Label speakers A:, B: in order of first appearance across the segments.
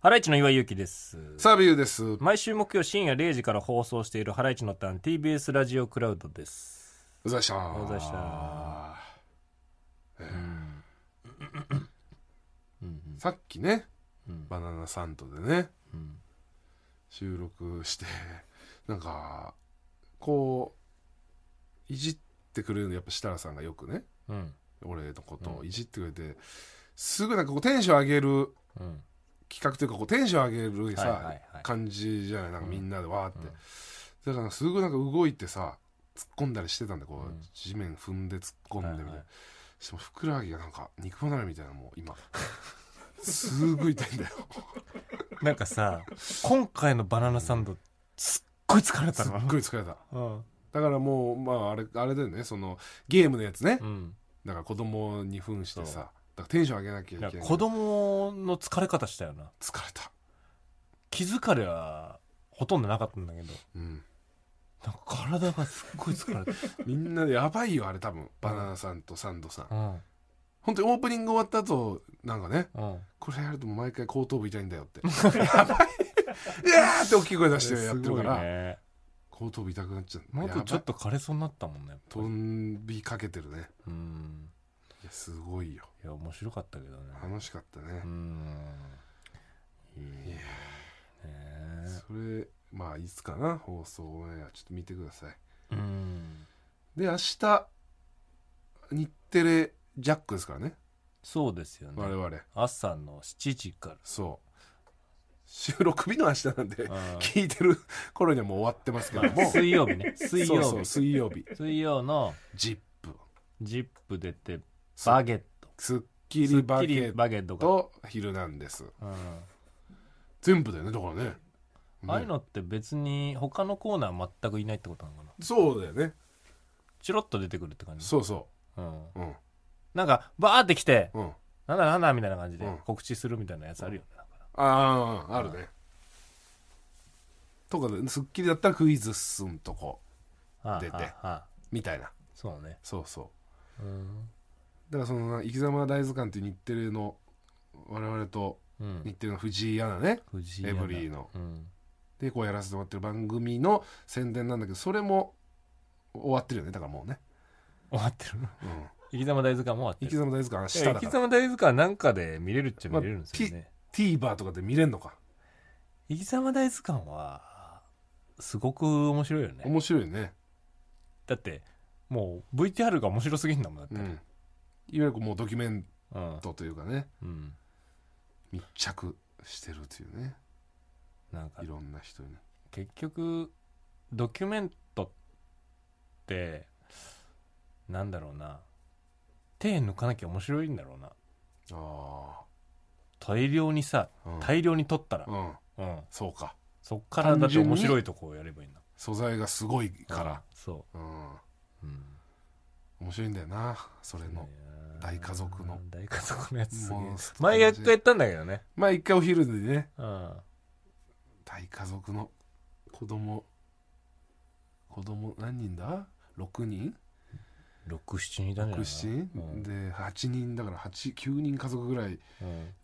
A: ハライチの岩井ゆきです。
B: サビューです。う
A: 毎週木曜深夜0時から放送しているハライチのターン TBS ラジオクラウドです。
B: ざいした。
A: ありがとうございました。
B: さっきね、
A: うん
B: バナナサンドでね、
A: うん
B: 収録して、なんか、こう、いじってくれるの、やっぱ設楽さんがよくね、
A: うん。
B: 俺のこと
A: う
B: を
A: ん
B: いじってくれて、すぐなんかこうテンション上げる
A: うん。
B: 企画というか、こうテンション上げるさ、
A: はいはいはい
B: 感じじゃない、なんかみんなでわーって。
A: うん
B: だからなんかすぐなんか動いてさ、突っ込んだりしてたんで、こう、
A: うん
B: 地面踏んで突っ込んでみたいな。
A: はいはい
B: しかもふくらはぎがなんか肉離れみたいなもう今すごい痛いんだよ
A: なんかさ、今回のバナナサンド、すっごい疲れた
B: すっ
A: の。
B: ごい疲れた
A: うん。
B: だからもうまああれあれだよねそのゲームのやつね
A: うん。
B: だから子供に扮して
A: そう
B: さだからテンション上げなきゃいけ
A: な
B: なんい
A: か子供の疲れ方したよな。
B: 疲れた
A: 気疲れはほとんどなかったんだけど、
B: うん
A: なんか体がすっごい疲れた。
B: みんなでやばいよあれ多分バナナさんとサンドさん
A: うん。
B: 本当にオープニング終わった後なんかね
A: うん。
B: これやると毎回後頭部痛いんだよって やばいうわーって大きい声出してやってるから、
A: すごいね。
B: 後頭部痛くなっちゃう
A: なんかちょっ
B: と
A: と枯れそうになったもんね。やっぱり
B: 飛びかけてるね
A: うん。
B: いやすごいよ
A: いや、面白かったけどね。
B: 楽しかったね
A: うーん。い
B: い
A: い
B: や
A: ねえ
B: それまあいつかな放送オンエアちょっと見てください
A: うん。
B: で明日日テレジャックですからね
A: そうですよ
B: 我
A: ね。
B: 々
A: 朝の7時か
B: そう収録日の明日なんで
A: ら。うん
B: 聞いてる頃にはもう終わってますけども
A: 水曜日ね。水
B: そう
A: 曜
B: そう
A: 日。
B: 水曜日
A: 水曜の
B: ジップ
A: ジップ出て、バゲット。
B: スッキリバケ
A: スッキリ
B: ッ
A: バゲットが。
B: トヒルナンデス
A: うん
B: 全部だよねだからねね
A: ああいうのって別に他のコーナー全くいないってことなのかな。
B: そうだよね
A: チロッと出てくるって感じ。
B: そうそ
A: うん。
B: ううん
A: なんか、バーって来て、
B: うん
A: なんだなんだみたいな感じで
B: うん
A: 告知するみたいなやつあるよね。
B: あああるね、とかで『スッキリ』だったらクイズすんとこ
A: あ
B: 出て
A: あ
B: みたいな
A: そうね。
B: そうそう
A: うん。
B: だからその生き様大図鑑っていう日テレの我々と
A: うん
B: 日。テレの藤井アナね
A: 藤井アナ
B: エブリィの
A: うん。
B: でこうやらせてもらってる番組の宣伝なんだけどそれも終わってるよねだからもうね、
A: 終わってる
B: うん、
A: 生き様大図鑑も終わ
B: 生
A: っ
B: き
A: てる
B: 様大図鑑
A: い
B: 明
A: や生き
B: 日だから
A: 様大図鑑なんかで見れるっちゃ見れるんですよね、
B: TVer とかで見れんのか
A: 生き様大図鑑はすごく面白いよね
B: 面白いね
A: だってもう VTR が面白すぎんだもんだって
B: うんいわゆるこうもうドキュメン
A: うん、
B: トというかね
A: うん、
B: 密着してるというね
A: なんか
B: いろんな人に
A: 結局ドキュメントってなんだろうな手抜かなきゃ面白いんだろうな
B: あ
A: 大量にさ
B: あ、うん
A: 大量に撮ったら、
B: うん、
A: うん、
B: そうか
A: そっからだって面白いとこをやればいいんだ
B: 素材がすごいから、
A: そ
B: うん、
A: う、うん
B: 面白いんだよなそれの、大家族の
A: 大家族のやつすげえ
B: もうす
A: 前やっとやったんだけどね
B: まあ一回お昼でね
A: うん
B: 大家族の子供子供何人だ6人
A: 67人いたんじゃないかな
B: ?6 人、
A: うん
B: で8人だから89人家族ぐらい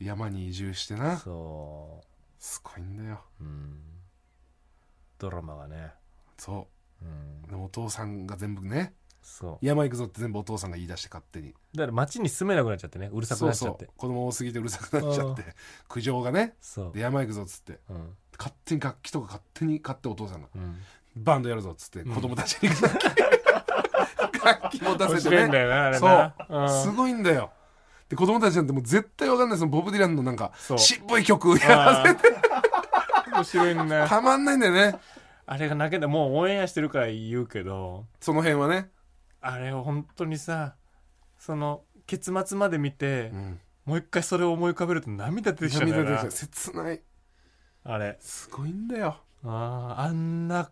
B: 山に移住して
A: うん
B: な
A: そ
B: すごいんだよ
A: ううんドラマがね
B: そ
A: うん
B: うでもお父さんが全部ね
A: そ
B: 山行くぞって全部お父さんが言い出して勝手に
A: うだから街に住めなくなっちゃってねうるさくなっちゃって
B: そうそう子供多すぎてうるさくなっちゃって苦情がね
A: そう
B: で山行くぞっつって
A: うん
B: 勝手に楽器とか勝手に買ってお父さんが
A: うん
B: バンドやるぞっつって
A: うん
B: 子供たちに 楽器楽器も出
A: 面
B: せ
A: 白い
B: て
A: んだ
B: ね
A: よなあれ
B: す
A: な
B: ごいんだよで子供たちなんてもう絶対わかんないそのボブ・ディランのなんか
A: そう
B: 渋い曲やら
A: あ
B: せて
A: ー面白いんだよ
B: たまんないんだよね
A: あれが泣けたもうオンエアしてるから言うけど
B: その辺はね、
A: あれを本当にさその結末まで見て、
B: うん、
A: もう一回それを思い浮かべると涙出てきちゃうんだ
B: 涙
A: よ
B: 出て
A: な
B: きた切ない
A: あれ
B: すごいんだよ
A: あーあんな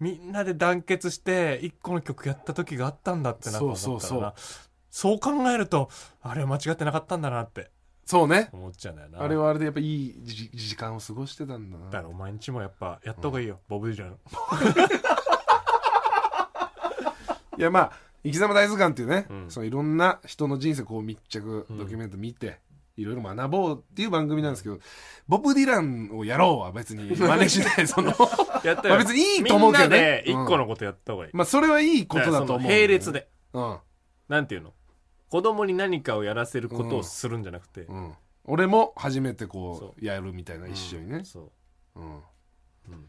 A: みんなで団結して一個の曲やった時があったんだってな
B: そうそう
A: こ思ったらなそう考えるとあれは間違ってなかったんだなって
B: そうね
A: 思っちゃうんだよな
B: あれはあれでやっぱいいじ時間を過ごしてたんだな
A: だからお前んちもやっぱやった方がいいよ、ボブ・ディラン
B: いやまあ生き様大図鑑っていうね、
A: うん
B: そのいろんな人の人生こう密着
A: うん
B: ドキュメント見て、いろいろ学ぼうっていう番組なんですけど、ボブ・ディランをやろうは 別に真似しない、その、
A: やった
B: まあ別にいいと思うけどね
A: みんなで一個のことやった方がいい。
B: まあそれはいいことだ
A: だか
B: と思
A: ら
B: う。
A: その並列で。
B: うん。
A: なんていうの子供に何かをやらせることをするんじゃなくて。
B: うん。俺も初めてこ、
A: そう
B: やるみたいな、一緒に
A: う
B: ね
A: ん。そう。
B: うん。
A: うん、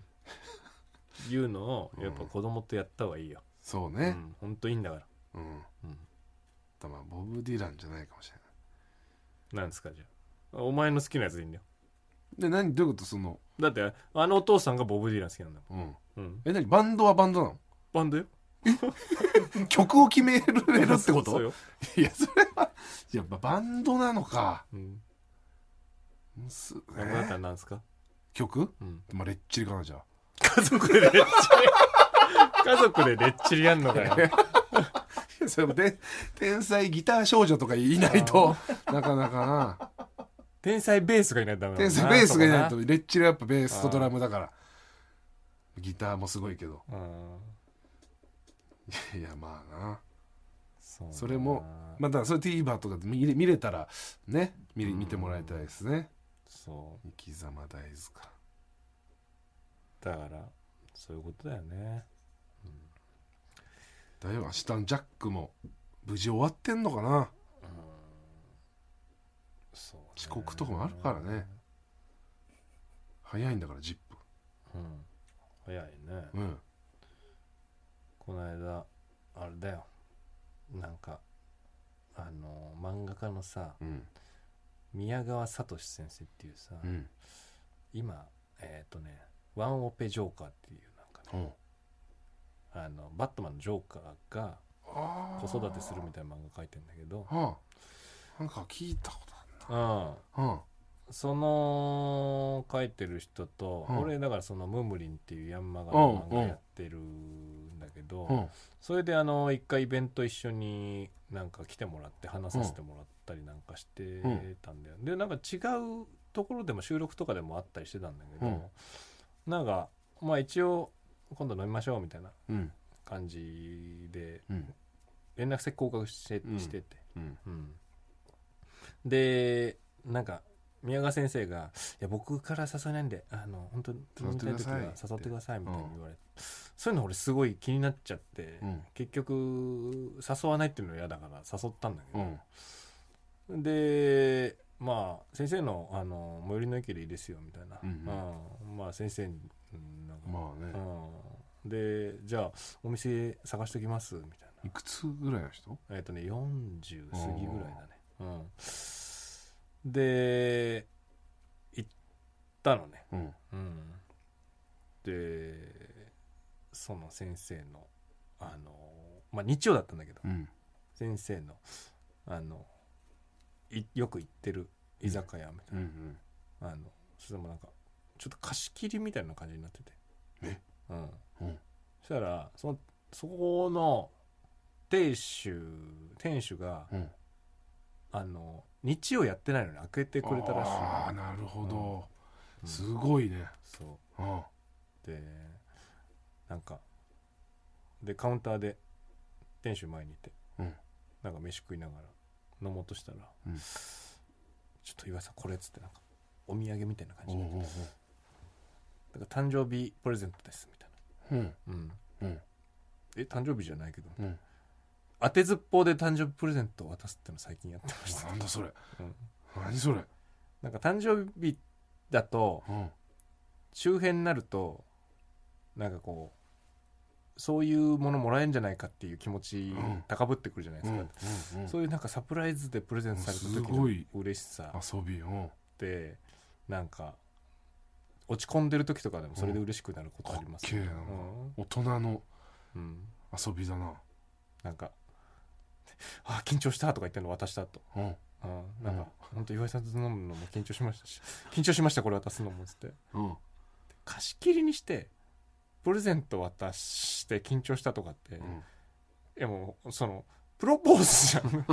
A: いうのをやっぱ子供とやった方がいいよ。
B: そう
A: う
B: ね。
A: ん、ほんといいんだから。
B: うん。
A: うん、
B: たまあボブ・ディランじゃないかもしれない。
A: なんですかじゃあ。お前の好きなやつでいいんだよ。
B: で、何、どういうことその、
A: だってあのお父さんがボブ・ディラン好きなんだ
B: うん。
A: もん。うん、
B: え、何、バンドはバンドな
A: バンドよ。
B: の曲を決めれるってこ
A: そう
B: と
A: よ、
B: いや、それは、やっぱバンドなのか。
A: うん。
B: す
A: あなたなんですか、
B: 曲
A: うん、
B: まあ、レッチリかな、じゃあ。
A: 家族でレッチリ。家族でレッチリやんのかよ。
B: いやそれもて天才ギター少女とかいないとなかなか
A: 天才ベースがいないとダメ
B: な
A: だもん
B: 天
A: な
B: 才ベースがいない。
A: そ
B: と
A: こ
B: レッチリはやっぱベースとドラムだからギターもすごいけど
A: なうん
B: いやまあな
A: そうだな
B: それもまあだからそれ TVer とかで見れ見れたらね見れ
A: うん
B: 見てもらいたいですね
A: そう
B: 生き様大豆か
A: だからそういうことだよね
B: だよ明日のジャックも無事終わってんのかな
A: そうね
B: 遅刻とかもあるからね早いんだからジッ
A: うん早いね
B: プうん
A: この間あれだよなんかあの漫画家のさ
B: うん
A: 宮川聡先生っていうさ、
B: うん
A: 今えっ、とねワンオペジョーカーっていうなんかね
B: うん
A: あのバットマンのジョーカーが
B: あ
A: 子育てするみたいな漫画書いてんだけど
B: たいななんか聞いたこと
A: うん
B: あるうん
A: その書いてる人と、
B: うん
A: 俺だからそのムムリンっていうヤンマガの漫画やってるんだけど、
B: うん
A: それであの一回イベント一緒になんか来てもらって話させてもらったりなんかしてたんだよ、でなんか違うところでも収録とかでもあったりしてたんだけど、なんかまあ一応今度飲みましょうみたいな
B: うん
A: 感じで
B: うん
A: 連絡先交換して,、
B: うん
A: してて
B: うん
A: うん、でなんか宮川先生が「いや僕から誘えないんであの本当に
B: 誘ってください
A: 飲みた時は誘ってください」みたいに言われて、そういうの俺すごい気になっちゃって、
B: うん
A: 結局誘わないっていうの嫌だから誘ったんだけ
B: う
A: ど、
B: ん
A: でまあ先生のあの最寄りの駅でいいですよみたいな、
B: うん
A: うんまあ先生に、うんなんか
B: まあね、
A: うん、でじゃあお店探しておきますみたいない
B: くつぐらいの人
A: えっとね40過ぎぐらいだね、うん、で行ったのね、
B: うん
A: うん、でその先生のあのまあ日曜だったんだけど
B: うん
A: 先生のあのいよく行ってる居酒屋みたいな、
B: ん
A: あのそれもなんかちょっと貸し切りみたいな感じになってて
B: え
A: うん、
B: うん
A: そしたらそのそこの亭主店主が、
B: うん
A: あの日曜やってないのに開けてくれたらしい
B: ああなるほど、
A: うん
B: すごいね
A: そ
B: うん
A: うでなんかでカウンターで店主前にいて、
B: うん
A: なんか飯食いながら飲もうとしたら、
B: うん
A: ちょっと岩井さんこれっつってなんかお土産みたいな感
B: お
A: じ
B: う
A: で
B: おう
A: だから誕生日プレゼントですみたい
B: おううん
A: な、うん、
B: うん
A: え誕生日じゃないけど
B: うん
A: 当てずっぽうで誕生日プレゼントを渡すっての最近やってました
B: なんだそれ、
A: うん
B: 何それ
A: なんか誕生日だと
B: うん
A: 周辺になるとなんかこうそういうものもらえんじゃないかっていう気持ち
B: うん
A: 高ぶってくるじゃないで
B: う
A: す
B: ん
A: か、
B: うん
A: そういうなんかサプライズでプレゼントされた
B: す
A: 時の
B: ごい
A: 嬉しさっ
B: 遊びうん
A: てなんか落ち込んでる時とかでもそれで嬉しくなることあります
B: かっけえな
A: うん
B: 大人の
A: うん
B: 遊びだな
A: なんか「あ緊張した」とか言ってるの渡したと
B: うん
A: あーなんか、本当岩井さんと飲むのも緊張しましたし緊張しましたこれ渡すのもっつって
B: うん
A: 貸し切りにしてプレゼント渡して緊張したとかって、
B: う
A: い
B: ん
A: やもうそのプロポーズじゃん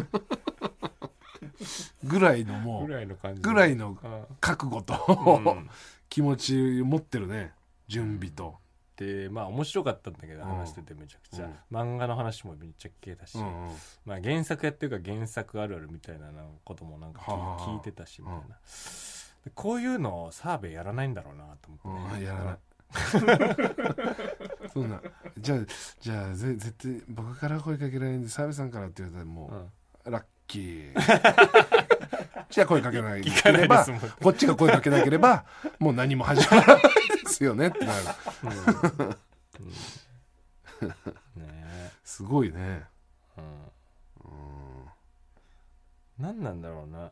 B: ぐらいのも
A: ぐ
B: う
A: らいの感じ
B: ぐらいの
A: あ
B: 覚悟と、
A: ー、うん
B: 気持ち持ってるね準備と
A: てまあ面白かったんだけど
B: うん
A: 話しててめちゃくちゃ、漫画の話もめっちゃ聞けたし、
B: うんうん
A: まあ、原作やってるから原作あるあるみたいなのこともなんか聞,、
B: はあはあ
A: 聞いてたしみたいな、でこういうのを澤部やらないんだろうなと思って、
B: う
A: ね
B: ん、やらない そんなじゃあじゃあぜ絶対僕から声かけられるんで澤部さんからって言われたらも
A: う
B: う、
A: ん
B: ラッキー じゃあ声かけない
A: 聞かないですもん、
B: こっちが声かけなければもう何も始まらないですよねってなる
A: うんうんねえ
B: すごいね
A: う
B: うん
A: ん、何なんだろうな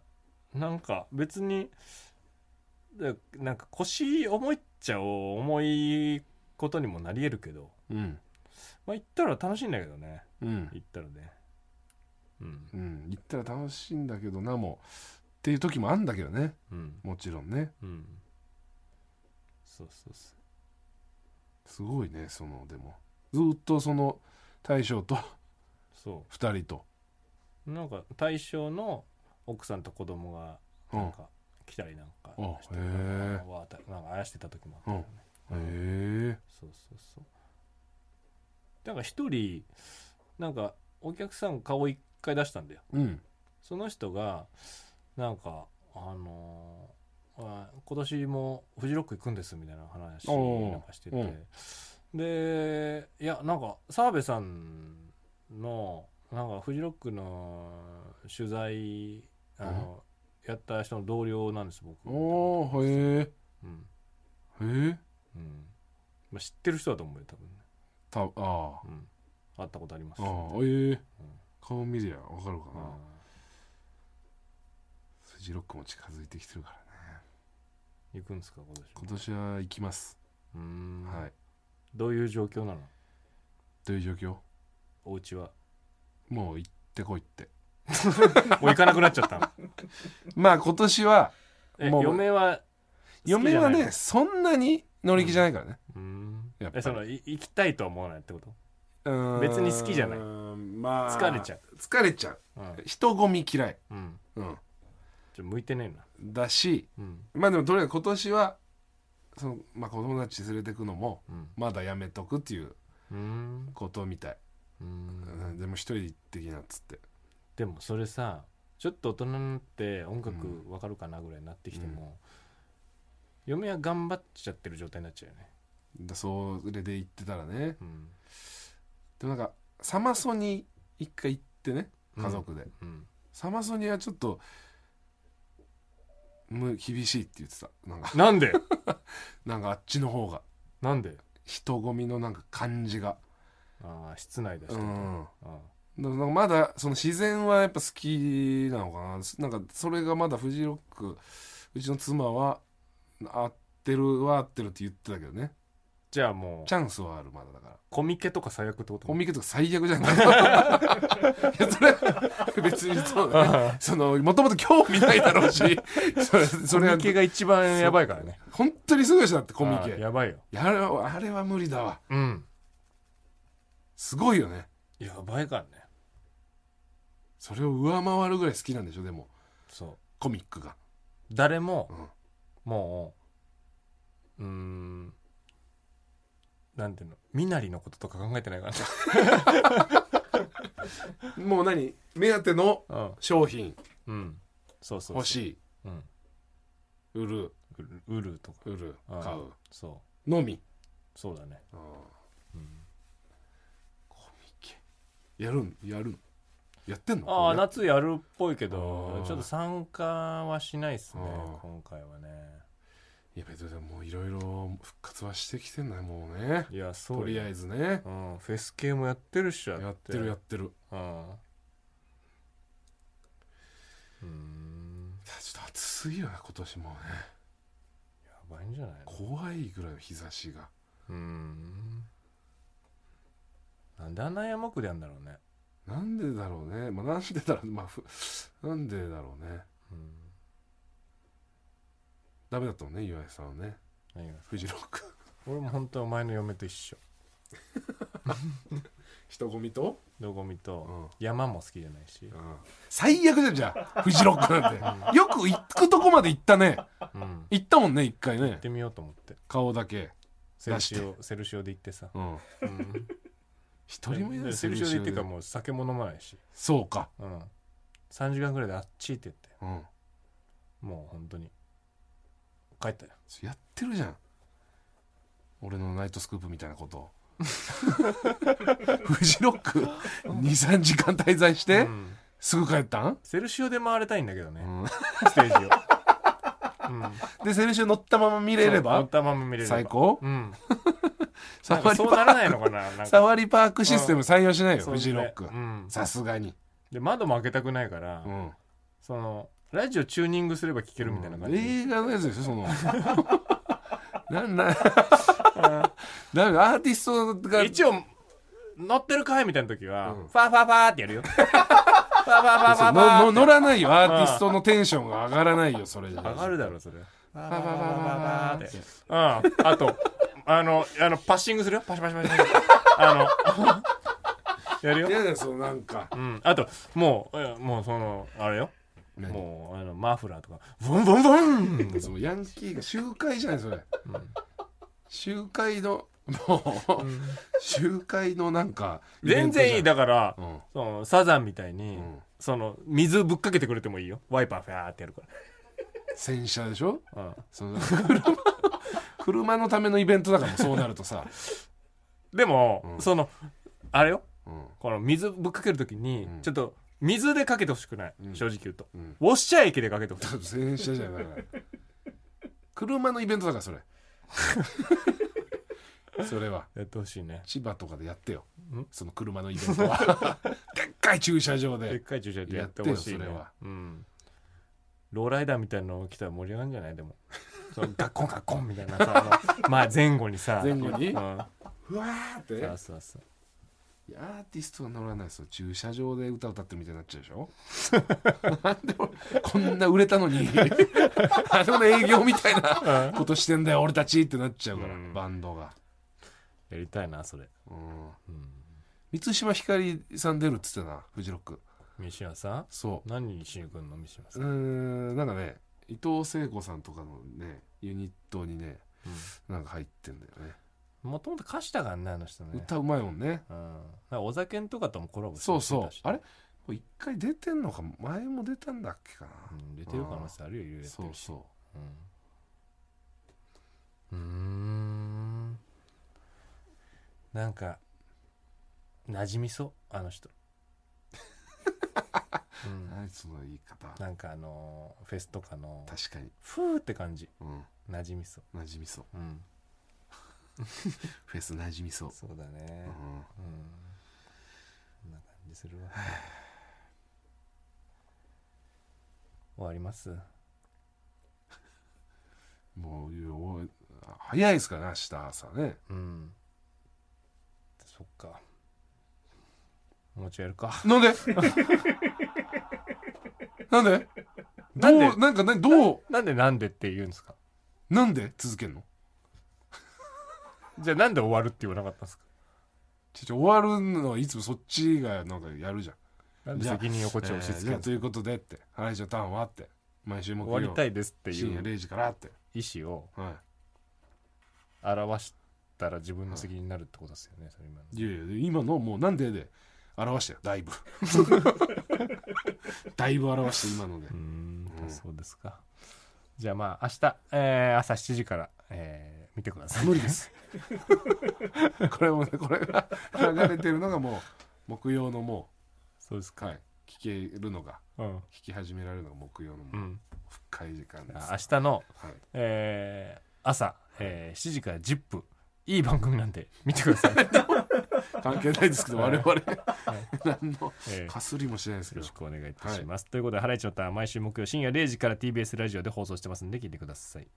A: なんか別にだなんか腰重いっちゃ重いことにもなりえるけど
B: うん
A: まあ行ったら楽しいんだけどね
B: うん
A: 行ったらねうん
B: うん行ったら楽しいんだけどなもうっていう時もあんだけどね
A: うん
B: もちろんね
A: うんそうそうそ
B: すごいねそのでもずっとその大将と
A: うそ
B: 2人と
A: うなんか大将の奥さんと子供が
B: うん
A: なん
B: へ
A: か来たりなんか
B: あ
A: して
B: へ
A: なん
B: え
A: かわーたなんかあやしてた時もあったよね
B: え
A: そうそうそうだから一人なんかお客さん顔一回出したんだよ
B: うん
A: その人がなんかあのーあ今年もフジロック行くんですみたいな話
B: おー
A: なんかしてて、でいやなんか澤部さんのなんかフジロックの取材あの、やった人の同僚なんです僕
B: おおへえ
A: うん
B: へえ
A: うんまあ、知ってる人だと思うよ多分ね
B: たああ
A: うん、会ったことあります
B: ああええ顔見りゃわかるか
A: うん
B: な、フジロックも近づいてきてるからね
A: 行くんですか今年
B: 今年は行きます、
A: うーん
B: はい
A: どういう状況なの
B: どういう状況
A: お家は
B: もう行ってこいって
A: もう行かなくなっちゃったの
B: まあ今年は
A: え
B: もう
A: 嫁は
B: 嫁は
A: 好きじゃ
B: ね
A: ない
B: そんなに乗り気じゃないからね、
A: うーん
B: やっぱ
A: え
B: り
A: そのい行きたいとは思わないってこと
B: うーん
A: 別に好きじゃない
B: まあ
A: 疲れちゃう
B: う疲れちゃう
A: う
B: 人混み嫌い、
A: ん、うん、
B: うん、
A: ちょ向いてねえな
B: だし
A: うん
B: まあでもとにかく今年はその、まあ、子供たち連れてくのも
A: うん
B: まだやめとくっていう
A: うーん
B: ことみたい、
A: うー
B: うんん、でも一人で行ってきなっつって
A: でもそれさちょっと大人になって音楽わかるかなぐらいになってきても、嫁は頑張っちゃってる状態になっちゃうよね
B: だそれで行ってたらね
A: うん
B: でもなんかサマソニ一回行ってね
A: うん
B: 家族で、
A: うん
B: サマソニはちょっとむ厳しいって言ってたなんか
A: なんで
B: なんかあっちの方が
A: なんで
B: 人混みのなんか感じが
A: ああ室内だし
B: う
A: と
B: ん
A: うん
B: だからなんかまだその自然はやっぱ好きなのかななんかそれがまだフジロックうちの妻は合ってるは合ってるって言ってたけどね
A: じゃあもう
B: チャンスはあるまだだから
A: コミケとか最悪ってこと
B: コミケ とか最悪じゃないいやそれは別にそうだねそのもともと興味ないだろうしそれそれは
A: コミケが一番やばいからね
B: 本当にすごい人だってコミケ
A: あーやばいよ
B: いやあれはあれは無理だわ
A: うん
B: すごいよね
A: やばいからね
B: それを上回るぐらい好きなんでしょでも
A: そう
B: コミックが
A: 誰も
B: うん
A: もううーんなんていうの身なりのこととか考えてないから ね
B: もう何目当ての
A: うん
B: 商品
A: うんそうそうそう
B: 欲しい
A: うん
B: 売る
A: うるうるとか
B: 売る
A: うん
B: 買
A: そう
B: のみ
A: うそうだね
B: あ
A: う
B: ー
A: ん
B: コミケやるんやるんやってんの
A: ああ
B: これ
A: 夏やるっぽいけ
B: あ
A: ど
B: ー
A: ちょっと参加はしないっすね
B: あー
A: 今回はね
B: いや別にもういろいろ復活はしてきてんだよもうね
A: いやそう
B: とりあえずね
A: ず、うん、フェス系もやってるっしょ
B: やってるやってる
A: うんうーん
B: いやちょっと暑すぎるな今年もね
A: やばいんじゃないの
B: 怖いぐらいの日差しが
A: うーんなんであんな山奥でやんだろうね、
B: なんでだろうねまあなんでだろうまあふなんでだろうね
A: うん、
B: ダメだったもんね岩井さんはね
A: 何が
B: フジロック
A: 俺も本当はお前の嫁と一緒
B: 人混みと、
A: どごみ
B: う
A: と
B: んうん、
A: 山も好きじゃないし、
B: 最悪じゃんじゃあフジロックなんてよく行くとこまで行ったね
A: うん、行
B: 行ったもんね一回ね
A: ってみようと思って
B: 顔だけ
A: セルシオセルシオで行ってさ、
B: うん
A: うん、
B: 一人目だよ
A: セルシオで行ってか
B: セルシ
A: もう酒も飲まないし、
B: そうか
A: うん、3時間ぐらいであっちって言って
B: うん
A: もう本当に帰ったよ
B: やってるじゃん俺のナイトスクープみたいなこと をフジロック23時間滞在して、
A: うん
B: すぐ帰ったん、
A: セルシオで回れたいんだけどね、
B: うん
A: ステージを、うん、
B: で先週乗ったまま見れれ
A: そう乗
B: ば
A: ったまま見れれば
B: 最高
A: うん
B: サ
A: なん
B: ファ
A: か
B: リパ
A: そう
B: ー
A: ならないのかななんか
B: サファリパークシステム採用しないよ
A: そう
B: フジロック
A: うん
B: さすがに、
A: で窓も開けたくないから、
B: うん、
A: そのラジオチューニングすれば聴けるみたいな感じ、
B: うん映画のやつでしょ そのなんな
A: あ
B: だめアーティストが
A: ー一応乗ってるかいみたいな時は、
B: うん
A: ファーファーファーってやるよファーファーファーファーファ
B: のの
A: ー
B: 乗らないよアーティストのテンションが上がらないよそれじゃ
A: 上がるだろそれファー
B: バ
A: ファー
B: ババ
A: ファーファー
B: ババ
A: ファーっ
B: ーってて
A: うんあとあのあのパッシングするよパシパシパシパシあのやるよ
B: 嫌だよそのなんか
A: うん、あともうえもうそのあれよ
B: も
A: もうあのマフラーとかボンボンボン、
B: うそのヤンキーが集会じゃないそれ
A: うん
B: 集会のもう集会のなんか
A: 全然いい
B: だ
A: だから
B: うん
A: そのサザンみたいに、
B: うん
A: その水ぶっかけてくれてもいいよワイパーファーってやるか
B: 洗車でしょ
A: ら、うん
B: その車車のためのイベントだからもうそうなるとさ
A: でも、
B: うん
A: そのあれよ
B: うん
A: この水ぶっかけるときに、
B: うん
A: ちょっと水でかけてほしくない、
B: うん
A: 正直言うと
B: うん
A: ウォッシャー液でかけてほしい
B: 多分洗車じゃないから車のイベントだからそれそれは
A: やってほしいね
B: 千葉とかでやってよ
A: ん
B: その車のイベン トはでっかい駐車場
A: でっ
B: で
A: かい駐車場でや
B: や
A: っ
B: ってて
A: ほ
B: よ
A: しい、ね、
B: それは
A: うんローライダーみたいなの来たら盛り上がるんじゃないで もそのガッコンガッコンみたいなさあのまあ前後にさ
B: 前後に
A: うん、
B: ふわーって
A: そうそうそう
B: いやアーティストは乗らないですよ駐車場で歌歌ってるみたいになっちゃうでしょなんで俺こんな売れた のにあの営業みたいなことしてんだよ俺たちってなっちゃうから、
A: うん
B: バンドが、
A: やりたいなそれ、
B: うん、
A: うん、
B: 満島ひかりさん出るっつってたなフジロック
A: 三島さん
B: そ
A: 何しに来んの三島
B: う
A: さ、
B: うんーんなんかね伊藤聖子さんとかのねユニットにね
A: う
B: なんか入ってんだよね
A: ん、もともと歌手だからねあの人ね
B: 歌うまいもんね
A: うん、なんかお酒んとかともコラボして
B: そうそ
A: た
B: う
A: しね
B: あれこれ一回出てんのか前も出たんだっけかな、
A: うん、出てる可能性あるよいろいろやって
B: そう
A: るし
B: そ
A: うんう
B: う
A: ーんなんか馴染みそうあの 人、うん、
B: 何その言い方
A: なんかあのーフェスとかの
B: 確かに
A: ふーって感じ
B: うん
A: 馴染みそ
B: 馴染みそう
A: う、うん、
B: フェス馴染みそう、
A: そうだね
B: うん、
A: うんこんな感じするわ終わります
B: もうよう早いですからね明日朝ね
A: うんそっかもうちょいやるか
B: な んでなんでど
A: なんで
B: うなんか何どう
A: なんでなんでって言うんですか
B: なんで続けんの
A: じゃあなんで終わるって言わなかったんですか
B: ちょちょ終わるのはいつもそっちがなんかやるじゃん
A: なんで責任をこっちに押し付け
B: え
A: る
B: ー
A: ん
B: と
A: です
B: い
A: か
B: うことでって「ハライチのターンは?」って毎週木
A: 終わり
B: 曜
A: たいですってい
B: 深夜
A: う
B: 0時からって、
A: 意思を
B: は
A: 表したら自分の責任になるってことですよねそれ今の
B: い、いやいや今のもう「なんで?」で表したよだ いぶだいぶ表した今ので
A: うーん
B: うん
A: そうですかじゃあまあ明日、えー朝7時から、えー見てください
B: 無 理です。これもね、これが流れてるのがもう木曜のも
A: そうです
B: う、
A: か、
B: はい、聞けるのが
A: うん、
B: 聞き始められるのが木曜の
A: う、
B: もうん深い時間で
A: あ
B: す。
A: 明日の、
B: はい、
A: えー朝、えー7時から10分いい番組なんで見てください、
B: 関係ないですけど
A: はい
B: 我々、何の
A: えー
B: かすりもしないです
A: よ
B: け
A: ろ
B: ど
A: し。くお願いいたします。ということで、ハライチのターン、毎週木曜深夜0時から TBS ラジオで放送してますんで、聞いてください。